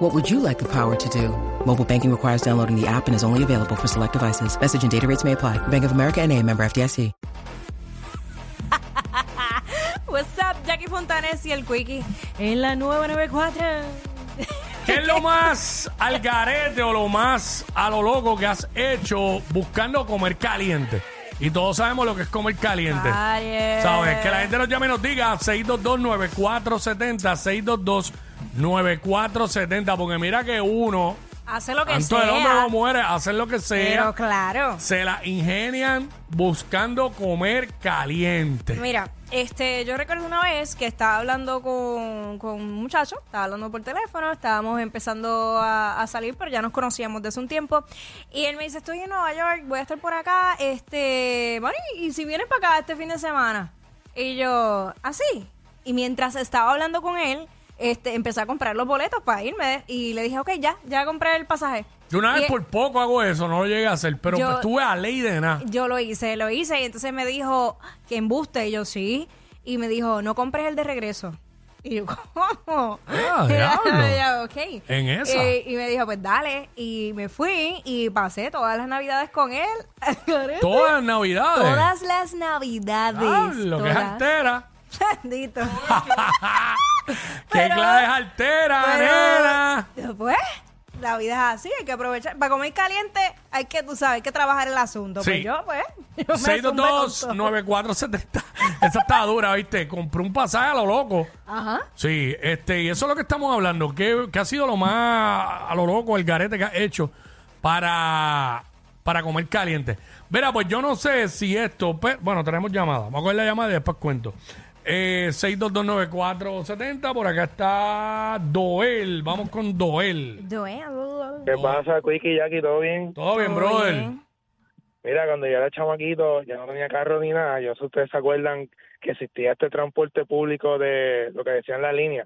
What would you like the power to do? Mobile banking requires downloading the app and is only available for select devices. Message and data rates may apply. Bank of America and a member FDIC. What's up, Jackie Fontanes y el Quickie en la nueva 94. ¿Qué es lo más al garete o lo más a lo loco que has hecho buscando comer caliente? Y todos sabemos lo que es comer caliente. Calle. ¿Sabes? Que la gente nos llame y nos diga 622-9470, 622-9470, porque mira que uno, Hace lo que tanto sea. el hombre como muere, hacen lo que pero sea, claro. se la ingenian buscando comer caliente. Mira, este, yo recuerdo una vez que estaba hablando con, con un muchacho, estaba hablando por teléfono, estábamos empezando a, a salir, pero ya nos conocíamos desde un tiempo. Y él me dice, estoy en Nueva York, voy a estar por acá, este, bueno, y, y si vienes para acá este fin de semana. Y yo, así. y mientras estaba hablando con él, este, empecé a comprar los boletos para irme. Y le dije, ok, ya, ya compré el pasaje. Yo una Y- vez por poco hago eso, no lo llegué a hacer, pero Yo- estuve a ley de nada. yo lo hice, lo hice. Y entonces me dijo, que embuste. Y yo, sí. Y me dijo, no compres el de regreso. Y yo, ¿cómo? Ah, diablo. Ella, ok. En esa. Eh, y me dijo, pues dale. Y me fui y pasé todas las navidades con él. Todas las navidades. Todas las navidades. lo que es todas. altera. Bendito. ¡Qué Pero- clave es altera, nena! Pero, pues, la vida es así, hay que aprovechar. Para comer caliente, hay que, tú sabes, hay que trabajar el asunto. Sí. Pues yo, pues. yo me zumbé con todo. 622-9470. Esa está dura, ¿viste? Compré un pasaje a lo loco. Ajá. Sí, este, y eso es lo que estamos hablando. ¿Qué, qué ha sido lo más a lo loco, el garete que has hecho para, para comer caliente? Mira, pues yo no sé si esto. pe- bueno, tenemos llamada. Vamos a coger la llamada y después cuento. Eh, 6229470. Por acá está Doel. Vamos con Doel. Duelo. ¿Qué pasa, Quickie, Jackie? ¿Todo bien? Todo bien, Todo brother. bien. Mira, cuando yo era chamaquito, ya no tenía carro ni nada. Yo sé si ustedes se acuerdan que existía este transporte público de lo que decían la línea.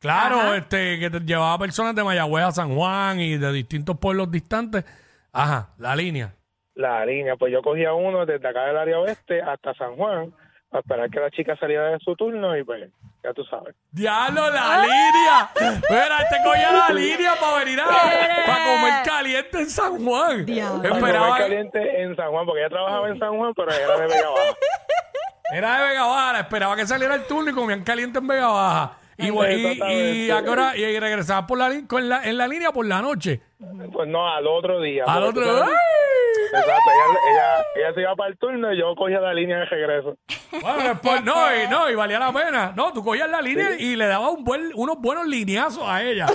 Claro, Ajá. este, que te llevaba personas de Mayagüez a San Juan y de distintos pueblos distantes. Ajá, la línea. La línea. Pues yo cogía uno desde acá del área oeste hasta San Juan para esperar que la chica saliera de su turno y pues, ya tú sabes. ¡Diablo, Ah. la línea! Mira, este cogía la línea para venir a para comer caliente en San Juan. Diablo. Para Esperaba, comer caliente en San Juan, porque ella trabajaba en San Juan, pero ella era de Vega Baja. era de Vega Baja, esperaba que saliera el turno y comían caliente en Vega Baja. Y, y, y, a qué hora- y regresaba por la, lin- con la- en la línea por la noche. Pues no, al otro día. Al porque otro tú sabes- ¡ay! Exacto, ella, ella, ella se iba para el turno y yo cogía la línea de regreso. Bueno, después, no, y, no, y valía la pena. No, tú cogías la línea y le dabas un buen, unos buenos lineazos a ella.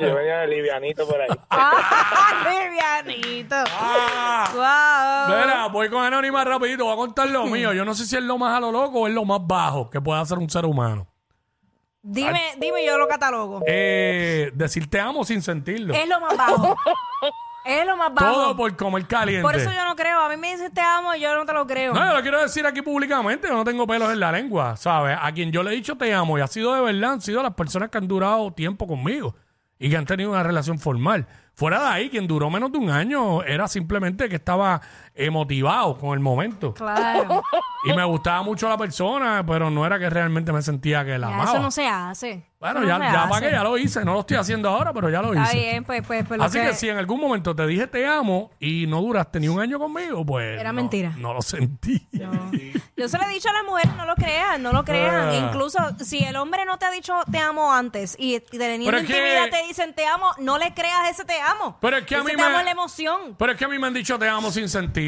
Yo venía livianito por ahí. ¡Ay, Vianito! Ah, ¡Wow! Mira, voy con Anónima rapidito, voy a contar lo mío. Yo no sé si es lo más a lo loco o es lo más bajo que puede hacer un ser humano. Dime, dime, yo lo catalogo. Eh, decir te amo sin sentirlo. Es lo más bajo. Es lo más bajo. Todo por comer caliente. Por eso yo no creo. A mí me dicen te amo y yo no te lo creo. No, yo lo quiero decir aquí públicamente, yo no tengo pelos en la lengua, ¿sabes? A quien yo le he dicho te amo y ha sido de verdad, han sido las personas que han durado tiempo conmigo y que han tenido una relación formal. Fuera de ahí, quien duró menos de un año era simplemente que estaba eh, motivado con el momento. Claro. Y me gustaba mucho la persona, pero no era que realmente me sentía que la Ya, amaba. eso no se hace. bueno, Eso ya, no se ya hace. para que ya lo hice, no lo estoy haciendo ahora, pero ya lo hice. Está bien, pues, pues, pues lo Así que... si en algún momento te dije te amo y no duraste ni un año conmigo, pues. Era no- mentira. No lo sentí. Yo se lo he dicho a las mujeres, no lo crean, no lo crean. Ah. Incluso si el hombre no te ha dicho te amo antes y, y teniendo Pero es que- intimidad te dicen te amo, no le creas ese te amo. Pero es que a Ese mí te me- amo es la emoción. Pero es que a mí me han dicho te amo sin sentirlo.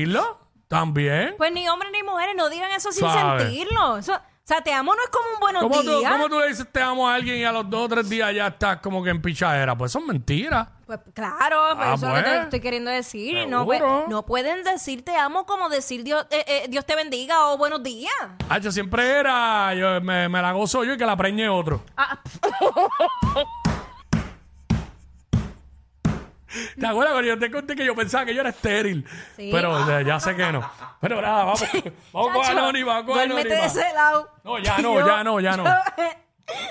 También. Pues ni hombres ni mujeres no digan eso sin Sabe. sentirlo. Eso- o sea, te amo no es como un buenos ¿Cómo tú, días. cómo tú le dices te amo a alguien y a los dos o tres días ya estás como que en pichadera? Pues son mentiras. Pues claro, pues Ah, eso es lo que te pues. estoy queriendo decir. No, Seguro. pue- no pueden decir te amo como decir Dios, eh, eh, Dios te bendiga o buenos días. Ah, yo siempre era, yo, me, me la gozo yo y que la Ah. preñe otro. Ah, ¿Te acuerdas cuando yo te conté que yo pensaba que yo era estéril? Sí. Pero o sea, ya sé que no. Pero nada, vamos, vamos con Chacho, Anónima, vamos con duérmete de Anónima. ese lado. No, ya que no, yo- ya no, ya no.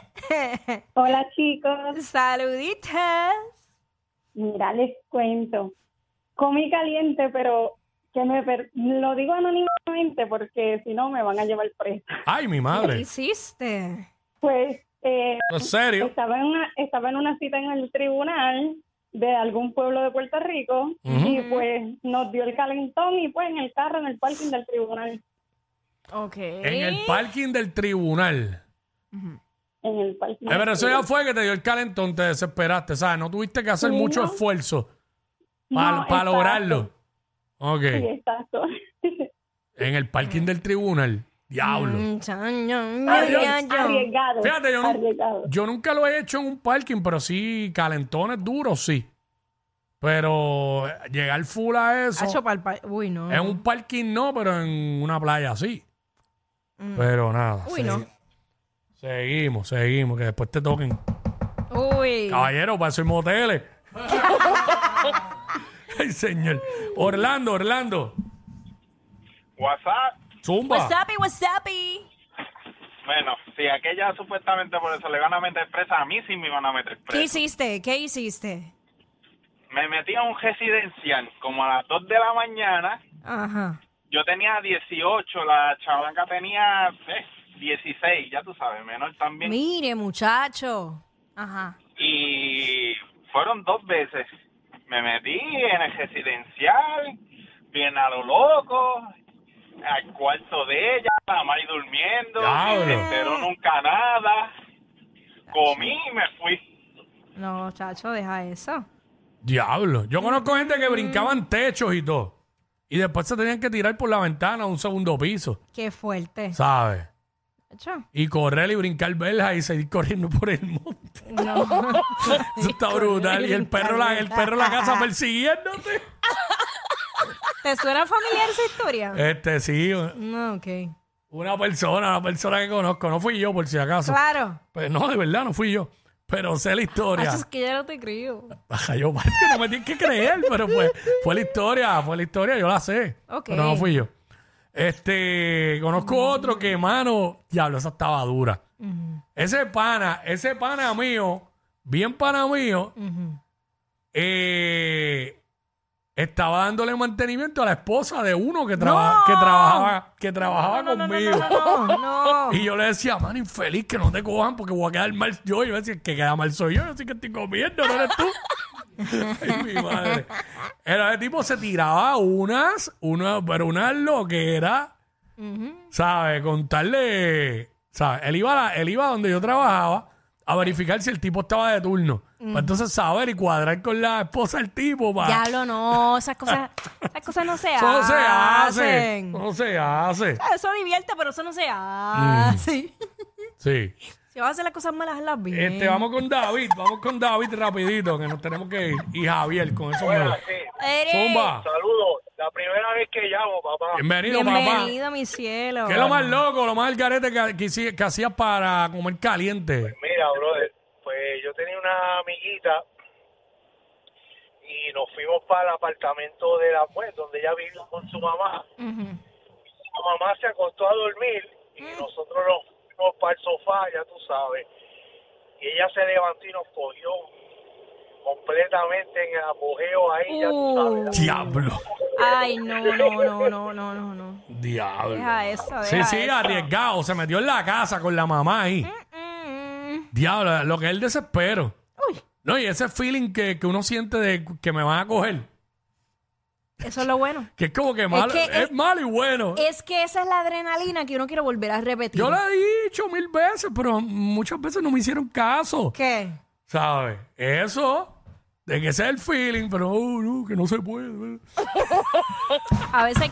Hola chicos, Saluditas. mira, les cuento. Comí caliente, pero que me per- lo digo anónimamente porque si no me van a llevar presa. Ay, mi ¿Qué madre. hiciste? Pues eh, ¿En serio? estaba, en una, estaba en una cita en el tribunal de algún pueblo de Puerto Rico y Ujú. pues nos dio el calentón y pues en el carro, en el parking del tribunal, Ok. En ¿Eh? el parking del tribunal. en el parking. Eh, del pero eso ya tribunal. fue que te dio el calentón, te desesperaste, ¿sabes? No tuviste que hacer Sí, mucho no. esfuerzo para No, exacto. lograrlo. Ok. Sí, exacto. En el parking del tribunal. Diablo. Mm, chan, ñan, Ay, ñan, Dios. ñan, ñan. Arriesgado. Fíjate, yo, nu- arriesgado. yo nunca lo he hecho en un parking, pero sí, calentones duros, sí. Pero eh, llegar full a eso, Hacho pa'l pa- Uy, no. en un parking no, pero en una playa sí. Mm. Pero nada. Uy, segui- no. Seguimos, seguimos, que después te toquen. Uy. Caballero, para eso hay moteles. Ay, señor. Orlando, Orlando. WhatsApp. Zumba. What's up, what's up? Bueno, si aquella supuestamente por eso le van a meter presa, a mí sí me van a meter ¿Qué presa. hiciste? ¿Qué hiciste? Me metí a un residencial como a las 2 de la mañana. Ajá. Yo tenía 18, la chavanca tenía eh, 16, ya tú sabes, menor también. Mire, muchacho. Ajá. Y fueron dos veces. Me metí en el residencial, bien a lo loco, al cuarto de ella, la madre durmiendo, Diablo. no se enteró nunca nada. Comí y me fui. No, chacho, deja eso. Diablo. Yo Mm. conozco gente que brincaban techos y todo. Y después se tenían que tirar por la ventana a un segundo piso, Qué fuerte. ¿sabes? Chacho. Y correr y brincar verjas y seguir corriendo por el monte. No. Eso está brutal. Y el perro, la, el perro en la casa persiguiéndote. ¿Te suena familiar esa historia? Este, sí. No, ok. Una persona, una persona que conozco. No fui yo, por si acaso. Claro. Pues no, de verdad, no fui yo. Pero sé la historia. Eh. Chacho, es que ya no te creo. Baja, yo, Marco, no me tienes que creer, pero fue, fue la historia, fue la historia, yo la sé. Ok. Pero no fui yo. Este, conozco otro que, mano, diablo, esa estaba dura. Ese pana, ese pana mío, bien pana mío, eh, estaba dándole mantenimiento a la esposa de uno que, traba- No. que trabajaba, que trabajaba No, no, no, conmigo. no, no, no, no. Y yo le decía, mano, infeliz, que no te cojan porque voy a quedar mal yo. Y yo decía, que queda mal soy yo, así que estoy comiendo, no eres tú. Ay, mi madre. Pero ese tipo se tiraba unas, unas, pero unas loqueras, ¿sabes? Contarle, ¿sabes? Él iba, a la- él iba donde yo trabajaba a verificar si el tipo estaba de turno. Para entonces saber y cuadrar con la esposa del tipo para... Diablo, no. Esas cosas, esas cosas no se Eso no se hace. hacen. No se hace. Eso divierte, pero eso no se hace. Sí. Si vas a hacer las cosas malas, hazlas bien. Mm. Este, vamos con David, vamos con David rapidito, que nos tenemos que ir. Y Javier, con eso me voy. Eres- Zumba, Saludos, la primera vez que llamo, papá. bienvenido, Bienvenido, mi cielo. papá. ¿Qué es lo más loco, lo más el garete que, que, hici- que hacías para comer caliente? Mira, brother, pues yo tenía una amiguita y nos fuimos para el apartamento de la pues, donde ella vivía con su mamá. Ujú. Su mamá se acostó a dormir y nosotros nos fuimos para el sofá, ya tú sabes. Y ella se levantó y nos cogió completamente en el apogeo ahí, ya tú sabes. Uh. Diablo. Ay, no, no, no, no, no, no, no. Diablo. Deja eso, deja Sí, sí, eso. arriesgado. Se metió en la casa con la mamá ahí. Mm, Diablo, lo que es el desespero. Uy, No, y ese feeling que, que uno siente de que me van a coger. eso es lo bueno. Que es como que, malo, que es, es- malo y bueno. Es que esa es la adrenalina que uno quiere volver a repetir. Yo lo he dicho mil veces, pero muchas veces no me hicieron caso. ¿Qué? ¿Sabes? Eso, de que sea el feeling, pero oh, no, que no se puede. A veces...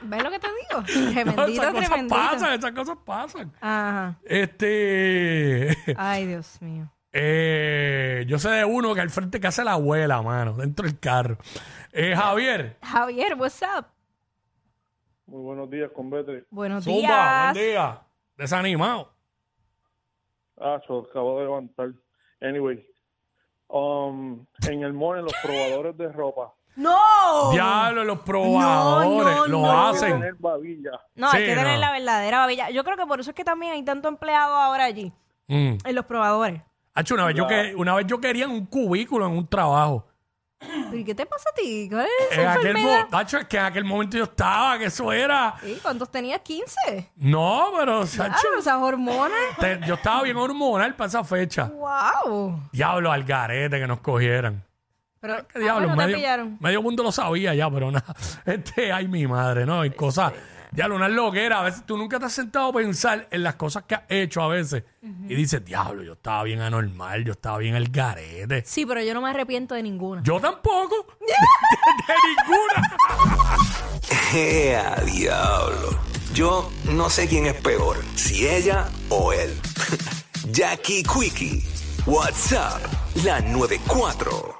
¿Ves lo que te digo? Tremendito, esas cosas tremendito. pasan, esas cosas pasan. Ajá. Este. Ay, Dios mío. eh, yo sé de uno que al frente que hace la abuela, mano, dentro del carro. Eh, Javier, Javier, what's up? Muy buenos días, Convetre. Buenos zumba, días. buen día. Desanimado. Ah, yo acabo de levantar. Anyway, um, en el mall, en los probadores de ropa. ¡No! Diablo, los probadores No, no, lo no. Hay que hacen. tener babilla. No, hay Sí, que tener no. la verdadera babilla. Yo creo que por eso es que también hay tanto empleado ahora allí, Mm. en los probadores. Hacho, una vez, yo que, una vez yo quería un cubículo en un trabajo. ¿Y qué te pasa a ti? ¿Cuál es En esa aquel, enfermedad? mo- Hacho, es que en aquel momento yo estaba, que eso era. ¿Y ¿Cuántos tenías? ¿15? No, pero, Hacho, Claro, esas hormonas. te- yo estaba bien hormonal para esa fecha. ¡Wow! Diablo, al garete que nos cogieran. Pero, ¿Qué diablo? ah, bueno, te medio, pillaron. medio mundo lo sabía ya, pero nada. Este, ay, mi madre, ¿no? Hay cosas. Diablo, una loquera. A veces tú nunca te has sentado a pensar en las cosas que has hecho a veces. Y dices, diablo, yo estaba bien anormal, yo estaba bien al garete. Sí, pero yo no me arrepiento de ninguna. Yo tampoco. De- de- de ninguna. ¡Ea, diablo! Yo no sé quién es peor, si ella o él. Jackie Quickie, WhatsApp, la 94.